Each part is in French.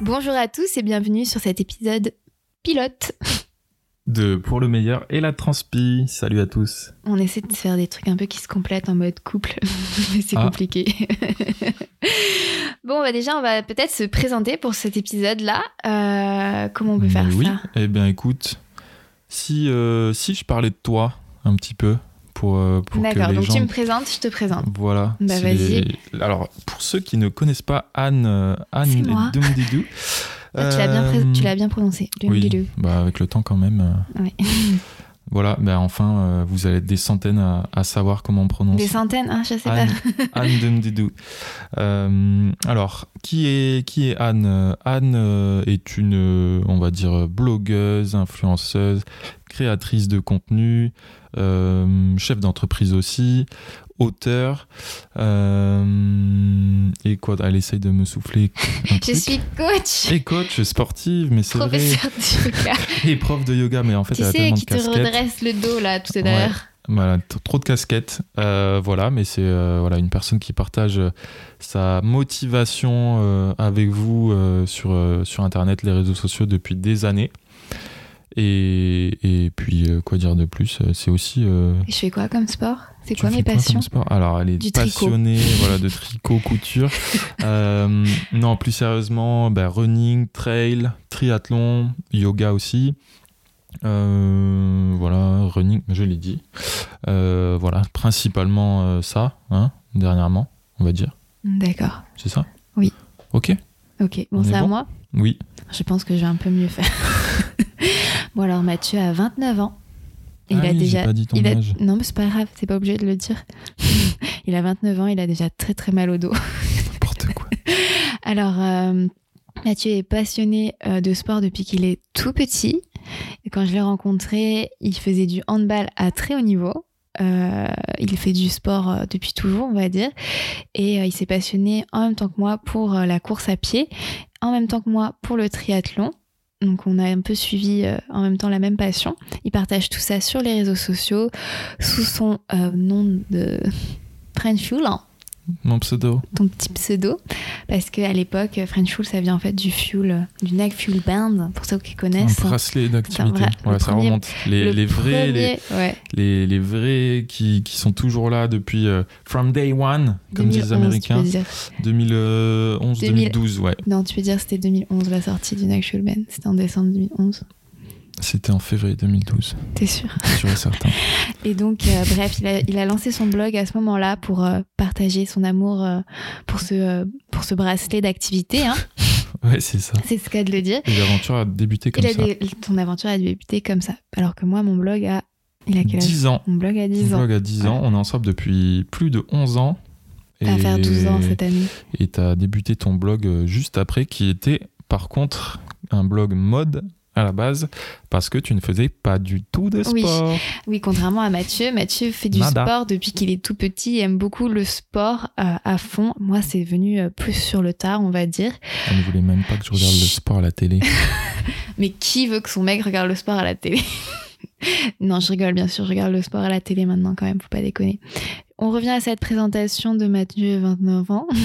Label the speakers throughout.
Speaker 1: Bonjour à tous et bienvenue sur cet épisode pilote.
Speaker 2: De Pour le meilleur et la transpi. Salut à tous.
Speaker 1: On essaie de faire des trucs un peu qui se complètent en mode couple, mais c'est
Speaker 2: Ah.
Speaker 1: compliqué. bon, bah déjà, on va peut-être se présenter pour cet épisode-là. Euh, comment on peut faire
Speaker 2: Mais oui.
Speaker 1: ça
Speaker 2: Eh bien, écoute, si, euh, si je parlais de toi un petit peu pour, euh, pour que
Speaker 1: D'accord,
Speaker 2: les
Speaker 1: donc
Speaker 2: gens
Speaker 1: tu me présentes, je te présente.
Speaker 2: Voilà.
Speaker 1: Bah,
Speaker 2: c'est les-
Speaker 1: vas-y.
Speaker 2: Alors, pour ceux qui ne connaissent pas Anne, euh, Anne
Speaker 1: C'est moi.
Speaker 2: Dumdidou.
Speaker 1: Ah, Tu l'as bien, pré-
Speaker 2: euh,
Speaker 1: tu l'as bien prononcé. le
Speaker 2: Oui,
Speaker 1: Mbilou.
Speaker 2: bah, avec le temps quand même. euh,
Speaker 1: Ouais.
Speaker 2: Voilà, bah, enfin, euh, vous allez être des centaines à, à savoir comment on prononce.
Speaker 1: Des centaines, hein, je sais
Speaker 2: Anne,
Speaker 1: pas.
Speaker 2: Anne Dumdidou. Euh, alors, qui est, qui est Anne Euh, Anne euh, est une, euh, on va dire, euh, blogueuse, influenceuse, créatrice de contenu, euh, chef d'entreprise aussi, auteur. euh, et quoi Elle essaye de me souffler. un
Speaker 1: Je
Speaker 2: truc.
Speaker 1: suis coach,
Speaker 2: Et coach sportive, mais c'est vrai.
Speaker 1: professeur de yoga.
Speaker 2: Et prof de yoga, mais en fait,
Speaker 1: tu
Speaker 2: elle a
Speaker 1: sais,
Speaker 2: tellement
Speaker 1: qui
Speaker 2: de
Speaker 1: te
Speaker 2: casquettes.
Speaker 1: redresse le dos là, tout
Speaker 2: Ouais.
Speaker 1: à l'heure.
Speaker 2: Voilà, t- trop de casquettes. Euh, voilà, mais c'est euh, voilà, une personne qui partage euh, sa motivation euh, avec vous euh, sur, euh, sur Internet, les réseaux sociaux depuis des années. Et, et puis, euh, quoi dire de plus euh, C'est aussi. euh,
Speaker 1: Et Je fais quoi comme sport C'est
Speaker 2: tu
Speaker 1: quoi
Speaker 2: fais
Speaker 1: mes
Speaker 2: comme
Speaker 1: passions
Speaker 2: sport Alors, elle est
Speaker 1: Du tricot.
Speaker 2: passionnée voilà, de tricot, couture. Euh, non, plus sérieusement, bah, running, trail, triathlon, yoga aussi. Euh, voilà, running, je l'ai dit. Euh, voilà, principalement euh, ça, hein, dernièrement, on va dire.
Speaker 1: D'accord.
Speaker 2: C'est ça
Speaker 1: Oui.
Speaker 2: Ok
Speaker 1: Ok. Bon,
Speaker 2: On est
Speaker 1: c'est à
Speaker 2: bon
Speaker 1: moi.
Speaker 2: Oui.
Speaker 1: Je pense que je vais un peu mieux faire. bon, alors Mathieu a 29 ans. Et
Speaker 2: Ah
Speaker 1: il a
Speaker 2: oui, j'ai
Speaker 1: déjà.
Speaker 2: pas dit ton
Speaker 1: il a-
Speaker 2: âge.
Speaker 1: Non, mais c'est pas grave, c'est pas obligé de le dire. il a 29 ans, il a déjà très très mal au dos.
Speaker 2: N'importe quoi.
Speaker 1: Alors, euh, Mathieu est passionné euh, de sport depuis qu'il est tout petit. Et quand je l'ai rencontré, il faisait du handball à très haut niveau. Euh, il fait du sport euh, depuis toujours, on va dire. Et euh, il s'est passionné en même temps que moi pour euh, la course à pied, en même temps que moi pour le triathlon. Donc on a un peu suivi euh, en même temps la même passion. Il partage tout ça sur les réseaux sociaux sous son euh, nom de French Fuel, hein,
Speaker 2: Mon pseudo.
Speaker 1: ton petit pseudo parce qu'à l'époque French Fuel ça vient en fait du fuel euh, du NAC Fuel Band pour ceux qui connaissent
Speaker 2: Un bracelet d'activité.
Speaker 1: bra-
Speaker 2: Ouais,
Speaker 1: le
Speaker 2: ça
Speaker 1: premier-
Speaker 2: remonte. Les,
Speaker 1: Le
Speaker 2: les vrais, les,
Speaker 1: premier- ouais,
Speaker 2: les, les vrais qui, qui sont toujours là depuis euh, From Day One, comme
Speaker 1: 2011,
Speaker 2: disent les Américains.
Speaker 1: tu peux dire.
Speaker 2: 2011,
Speaker 1: 2000.
Speaker 2: 2012, ouais.
Speaker 1: non tu peux dire c'était 2011 la sortie du NAC Fuel Band c'était en décembre 2011
Speaker 2: C'était en février 2012,
Speaker 1: t'es sûr
Speaker 2: c'est sûr et certain.
Speaker 1: et donc euh, bref il a, il a lancé son blog à ce moment là pour euh, partager son amour euh, pour ce euh, pour ce bracelet d'activité hein.
Speaker 2: Ouais, c'est ça.
Speaker 1: c'est ce cas de le dire
Speaker 2: Et l'aventure a débuté comme
Speaker 1: il a
Speaker 2: ça.
Speaker 1: dé- ton aventure a débuté comme ça alors que moi mon blog a il a quel âge
Speaker 2: 10 ans.
Speaker 1: mon blog a 10
Speaker 2: Mon
Speaker 1: ans
Speaker 2: blog a 10 ans. On est ensemble depuis plus de 11 ans.
Speaker 1: à faire 12 ans cette année
Speaker 2: Et t'as débuté ton blog euh, juste après, qui était par contre un blog mode à la base, parce que tu ne faisais pas du tout de
Speaker 1: Oui.
Speaker 2: sport.
Speaker 1: Oui, contrairement à Mathieu, Mathieu fait du
Speaker 2: Nada.
Speaker 1: sport depuis qu'il est tout petit, il aime beaucoup le sport euh, à fond. Moi, c'est venu euh, plus sur le tard, on va dire.
Speaker 2: Elle ne voulait même pas que je regarde le
Speaker 1: Chut.
Speaker 2: sport à la télé.
Speaker 1: Mais qui veut que son mec regarde le sport à la télé Non, je rigole, bien sûr, je regarde le sport à la télé maintenant quand même, faut pas déconner. On revient à cette présentation de Mathieu, 29 ans,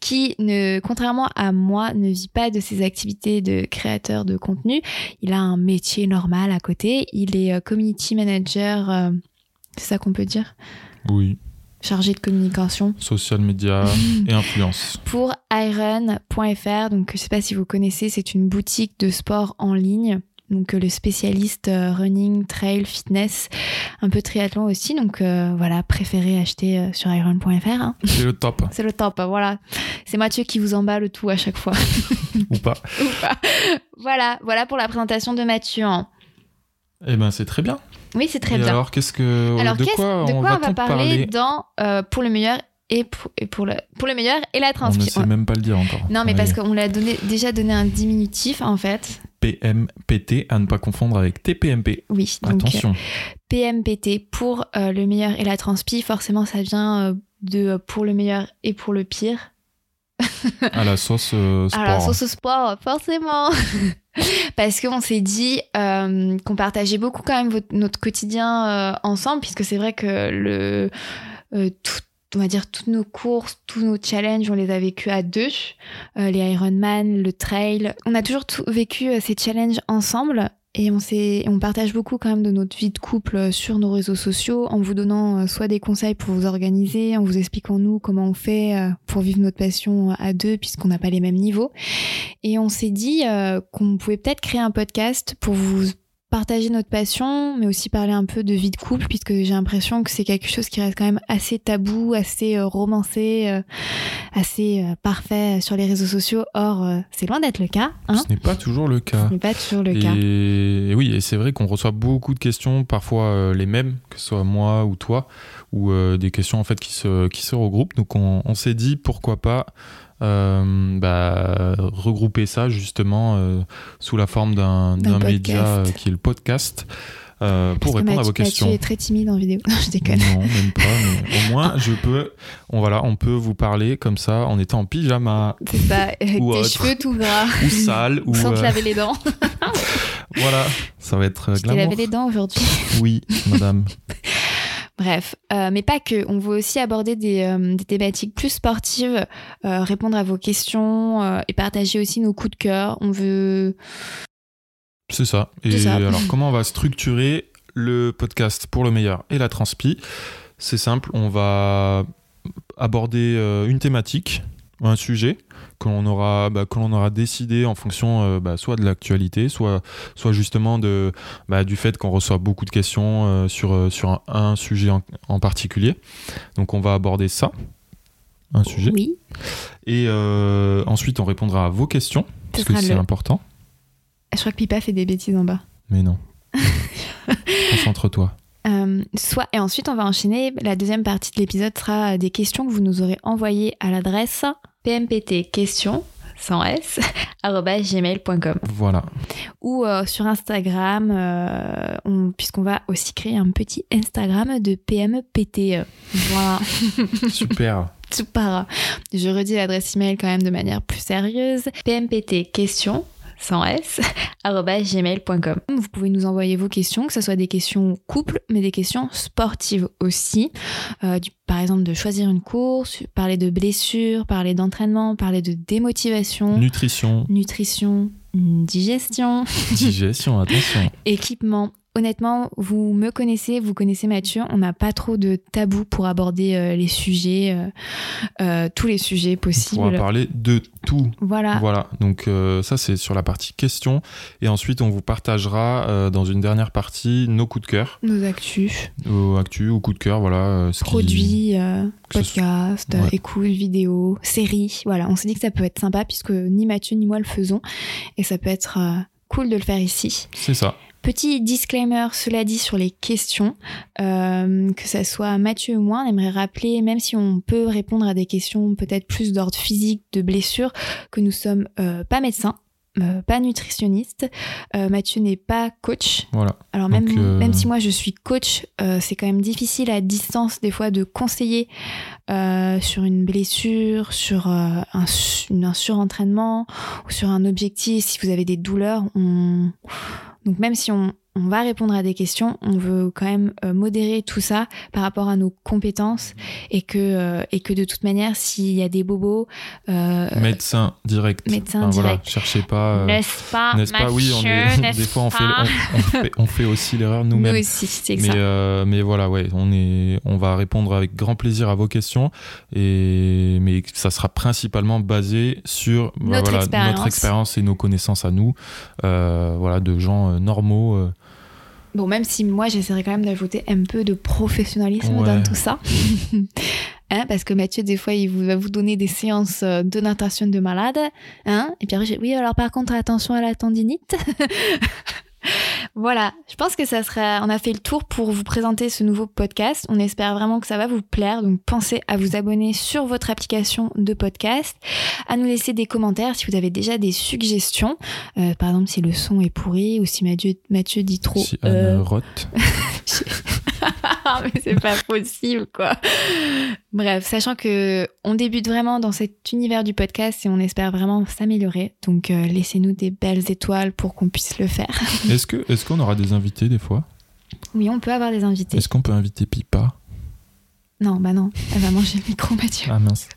Speaker 1: qui, ne, contrairement à moi, ne vit pas de ses activités de créateur de contenu. Il a un métier normal à côté. Il est euh, community manager, euh, c'est ça qu'on peut dire
Speaker 2: Oui,
Speaker 1: chargé de communication
Speaker 2: social media et influence.
Speaker 1: pour iron.fr. Donc, je sais pas si vous connaissez, c'est une boutique de sport en ligne. Donc, euh, le spécialiste euh, running, trail, fitness, un peu triathlon aussi. Donc, euh, voilà, préférez acheter euh, sur iron.fr. hein.
Speaker 2: C'est le top,
Speaker 1: C'est le top, hein, voilà. C'est Mathieu qui vous emballe tout à chaque fois.
Speaker 2: ou pas
Speaker 1: Ou pas. voilà, voilà pour la présentation de Mathieu. hein.
Speaker 2: Eh ben, c'est très bien.
Speaker 1: Oui, c'est très
Speaker 2: et
Speaker 1: bien.
Speaker 2: alors, qu'est-ce que
Speaker 1: Alors,
Speaker 2: de
Speaker 1: qu'est-ce-
Speaker 2: quoi,
Speaker 1: de
Speaker 2: on va,
Speaker 1: quoi on va parler dans euh, Pour le meilleur et pour, et pour, le, pour le meilleur et la
Speaker 2: On ne
Speaker 1: transcription.
Speaker 2: sait même pas le dire encore.
Speaker 1: Non, mais
Speaker 2: Ouais.
Speaker 1: parce qu'on l'a donné, déjà donné un diminutif, en fait.
Speaker 2: PMPT, à ne pas confondre avec TPMP.
Speaker 1: Oui, donc euh,
Speaker 2: Attention.
Speaker 1: PMPT pour euh, le meilleur et la transpi. Forcément, ça vient euh, de euh, pour le meilleur et pour le pire.
Speaker 2: à la sauce euh, sport.
Speaker 1: Alors, sauce au sport, forcément. parce qu'on s'est dit euh, qu'on partageait beaucoup quand même votre- notre quotidien euh, ensemble, puisque c'est vrai que le, euh, tout- on va dire toutes nos courses, tous nos challenges, on les a vécus à deux. Euh, les Ironman, le trail. On a toujours tout- vécu euh, ces challenges ensemble. Et on, s'est- on partage beaucoup quand même de notre vie de couple euh, sur nos réseaux sociaux en vous donnant euh, soit des conseils pour vous organiser, en vous expliquant nous comment on fait euh, pour vivre notre passion euh, à deux puisqu'on n'a pas les mêmes niveaux. Et on s'est dit euh, qu'on pouvait peut-être créer un podcast pour vous partager notre passion, mais aussi parler un peu de vie de couple puisque j'ai l'impression que c'est quelque chose qui reste quand même assez tabou, assez euh, romancé, euh, assez euh, parfait sur les réseaux sociaux. Or, euh, c'est loin d'être le cas. Hein
Speaker 2: Ce n'est pas toujours le cas.
Speaker 1: mais pas toujours le
Speaker 2: Et,
Speaker 1: cas.
Speaker 2: et oui, et c'est vrai qu'on reçoit beaucoup de questions, parfois euh, les mêmes, que ce soit moi ou toi, ou euh, des questions en fait qui se, qui se regroupent. Donc on, on s'est dit pourquoi pas euh, bah, regrouper ça justement euh, sous la forme d'un
Speaker 1: D'un
Speaker 2: d'un média euh,
Speaker 1: podcast.
Speaker 2: qui est le podcast euh, pour
Speaker 1: Parce que
Speaker 2: répondre à
Speaker 1: Mathieu-
Speaker 2: vos questions.
Speaker 1: Mathieu est très timide en vidéo. Non, je déconne.
Speaker 2: Non, même pas. Mais au moins, je peux. On, voilà, on peut vous parler comme ça en étant en pyjama
Speaker 1: C'est ça. euh, tes
Speaker 2: Ou autre.
Speaker 1: cheveux tout gras.
Speaker 2: ou sale ou
Speaker 1: Sans te
Speaker 2: euh,
Speaker 1: laver les dents.
Speaker 2: voilà. Ça va être euh,
Speaker 1: Je t'ai lavé
Speaker 2: glamour.
Speaker 1: les dents aujourd'hui.
Speaker 2: Oui, madame.
Speaker 1: Bref, euh, mais pas que. On veut aussi aborder des, euh, des thématiques plus sportives, euh, répondre à vos questions euh, et partager aussi nos coups de cœur. On veut.
Speaker 2: C'est ça. Et
Speaker 1: C'est ça.
Speaker 2: alors, comment on va structurer le podcast pour le meilleur et la transpi C'est simple, on va aborder euh, une thématique, un sujet que l'on aura, bah, que l'on aura décidé en fonction euh, bah, soit de l'actualité, soit, soit justement de, bah, du fait qu'on reçoit beaucoup de questions euh, sur, euh, sur un, un sujet en, en particulier. Donc on va aborder ça, un sujet.
Speaker 1: Oui.
Speaker 2: Et euh, ensuite on répondra à vos questions,
Speaker 1: Ce
Speaker 2: parce que
Speaker 1: sera
Speaker 2: c'est
Speaker 1: le...
Speaker 2: important.
Speaker 1: Je crois que Pipa fait des bêtises en bas.
Speaker 2: Mais non. Concentre-toi.
Speaker 1: Euh, soit et ensuite on va enchaîner. La deuxième partie de l'épisode sera des questions que vous nous aurez envoyées à l'adresse pmpt questions sans s arobase gmail.com
Speaker 2: Voilà.
Speaker 1: ou euh, sur Instagram euh, on- puisqu'on va aussi créer un petit Instagram de pmpt. Voilà.
Speaker 2: Super.
Speaker 1: tout par. Je redis l'adresse email quand même de manière plus sérieuse. PMPT questions sans s arobase gmail.com. Vous pouvez nous envoyer vos questions, que ce soit des questions couple, mais des questions sportives aussi. Euh, du- par exemple, de choisir une course, parler de blessures, parler d'entraînement, parler de démotivation,
Speaker 2: Nutrition,
Speaker 1: nutrition, digestion
Speaker 2: digestion, attention.
Speaker 1: équipement. Honnêtement, vous me connaissez, vous connaissez Mathieu, on n'a pas trop de tabous pour aborder euh, les sujets, euh, euh, tous les sujets
Speaker 2: On va
Speaker 1: possibles.
Speaker 2: parler de tout.
Speaker 1: Voilà,
Speaker 2: Voilà. Donc euh, ça c'est sur la partie questions. Et ensuite on vous partagera euh, dans une dernière partie nos coups de cœur,
Speaker 1: nos actus,
Speaker 2: aux actus, aux coups de cœur, voilà. euh, ce qui-
Speaker 1: produits, euh,
Speaker 2: que ce
Speaker 1: podcasts, euh,
Speaker 2: Ouais.
Speaker 1: écoutes, vidéos, séries. Voilà, on s'est dit que ça peut être sympa puisque ni Mathieu ni moi le faisons et ça peut être euh, cool de le faire ici.
Speaker 2: C'est ça.
Speaker 1: Petit disclaimer, cela dit, sur les questions, euh, que ça soit Mathieu ou moi, on aimerait rappeler, même si on peut répondre à des questions peut-être plus d'ordre physique, de blessure, que nous sommes euh, pas médecins. euh, pas nutritionnistes. Euh, Mathieu n'est pas coach.
Speaker 2: Voilà.
Speaker 1: Alors même,
Speaker 2: Donc, euh,
Speaker 1: même si moi je suis coach, euh, c'est quand même difficile à distance des fois de conseiller euh, sur une blessure, sur euh, un, su- un surentraînement ou sur un objectif. Si vous avez des douleurs, on... donc même si on, on va répondre à des questions, on veut quand même euh, modérer tout ça par rapport à nos compétences et que, euh, et que de toute manière, s'il y a des bobos, euh,
Speaker 2: Médecin direct.
Speaker 1: médecin direct.
Speaker 2: cherchez pas. euh,
Speaker 1: n'est-ce pas,
Speaker 2: N'est-ce pas Oui, on est- des fois on fait, on- on fait, on fait aussi l'erreur
Speaker 1: nous
Speaker 2: nous-mêmes.
Speaker 1: aussi, c'est
Speaker 2: mais,
Speaker 1: ça.
Speaker 2: euh, mais voilà, ouais, on, est, on va répondre avec grand plaisir à vos questions, et, mais ça sera principalement basé sur bah,
Speaker 1: Notre
Speaker 2: voilà,
Speaker 1: expérience.
Speaker 2: notre expérience et nos connaissances à nous, euh, voilà, de gens euh, normaux. euh.
Speaker 1: Bon, même si moi j'essaierai quand même d'ajouter un peu de professionnalisme
Speaker 2: Ouais.
Speaker 1: dans tout ça. Hein, parce que Mathieu, des fois, il vous- va vous donner des séances euh, de natation de malade. Hein, et puis après, j'ai- oui, alors par contre, attention à la tendinite. Voilà, je pense que ça sera. On a fait le tour pour vous présenter ce nouveau podcast. On espère vraiment que ça va vous plaire. Donc pensez à vous abonner sur votre application de podcast, à nous laisser des commentaires si vous avez déjà des suggestions. Euh, par exemple, si le son est pourri ou si Mathieu, Mathieu dit trop.
Speaker 2: Si
Speaker 1: euh, Ah,
Speaker 2: Anne rote.
Speaker 1: mais c'est pas possible, quoi. Bref, sachant que on débute vraiment dans cet univers du podcast et on espère vraiment s'améliorer. Donc euh, laissez-nous des belles étoiles pour qu'on puisse le faire.
Speaker 2: Est-ce que est-ce qu'on aura des invités des fois
Speaker 1: Oui, on peut avoir des invités.
Speaker 2: Est-ce qu'on peut inviter Pipa
Speaker 1: Non, bah non, elle va manger le micro, Mathieu.
Speaker 2: Ah mince.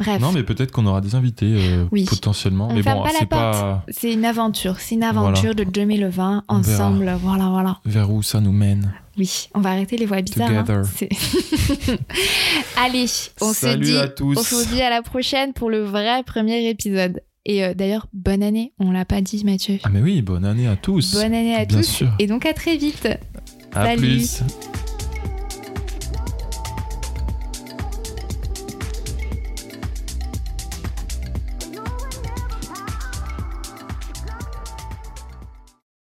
Speaker 1: Bref,
Speaker 2: Non, mais peut-être qu'on aura des invités euh,
Speaker 1: Oui.
Speaker 2: potentiellement.
Speaker 1: On
Speaker 2: mais
Speaker 1: ferme
Speaker 2: bon,
Speaker 1: pas la
Speaker 2: c'est pas
Speaker 1: c'est une aventure, c'est une
Speaker 2: Voilà.
Speaker 1: aventure de 2020
Speaker 2: On verra.
Speaker 1: ensemble. Voilà, voilà.
Speaker 2: vers où ça nous mène.
Speaker 1: Oui, on va arrêter les voix bizarres. hein.
Speaker 2: Together.
Speaker 1: C'est- Allez, on
Speaker 2: Salut
Speaker 1: se dit.
Speaker 2: à tous.
Speaker 1: On se dit à la prochaine pour le vrai premier épisode. Et euh, d'ailleurs, bonne année. On l'a pas dit, Mathieu.
Speaker 2: Ah mais oui, bonne année à tous.
Speaker 1: Bonne année à
Speaker 2: Bien
Speaker 1: tous.
Speaker 2: sûr.
Speaker 1: Et donc à très vite.
Speaker 2: À
Speaker 1: Salut.
Speaker 2: plus.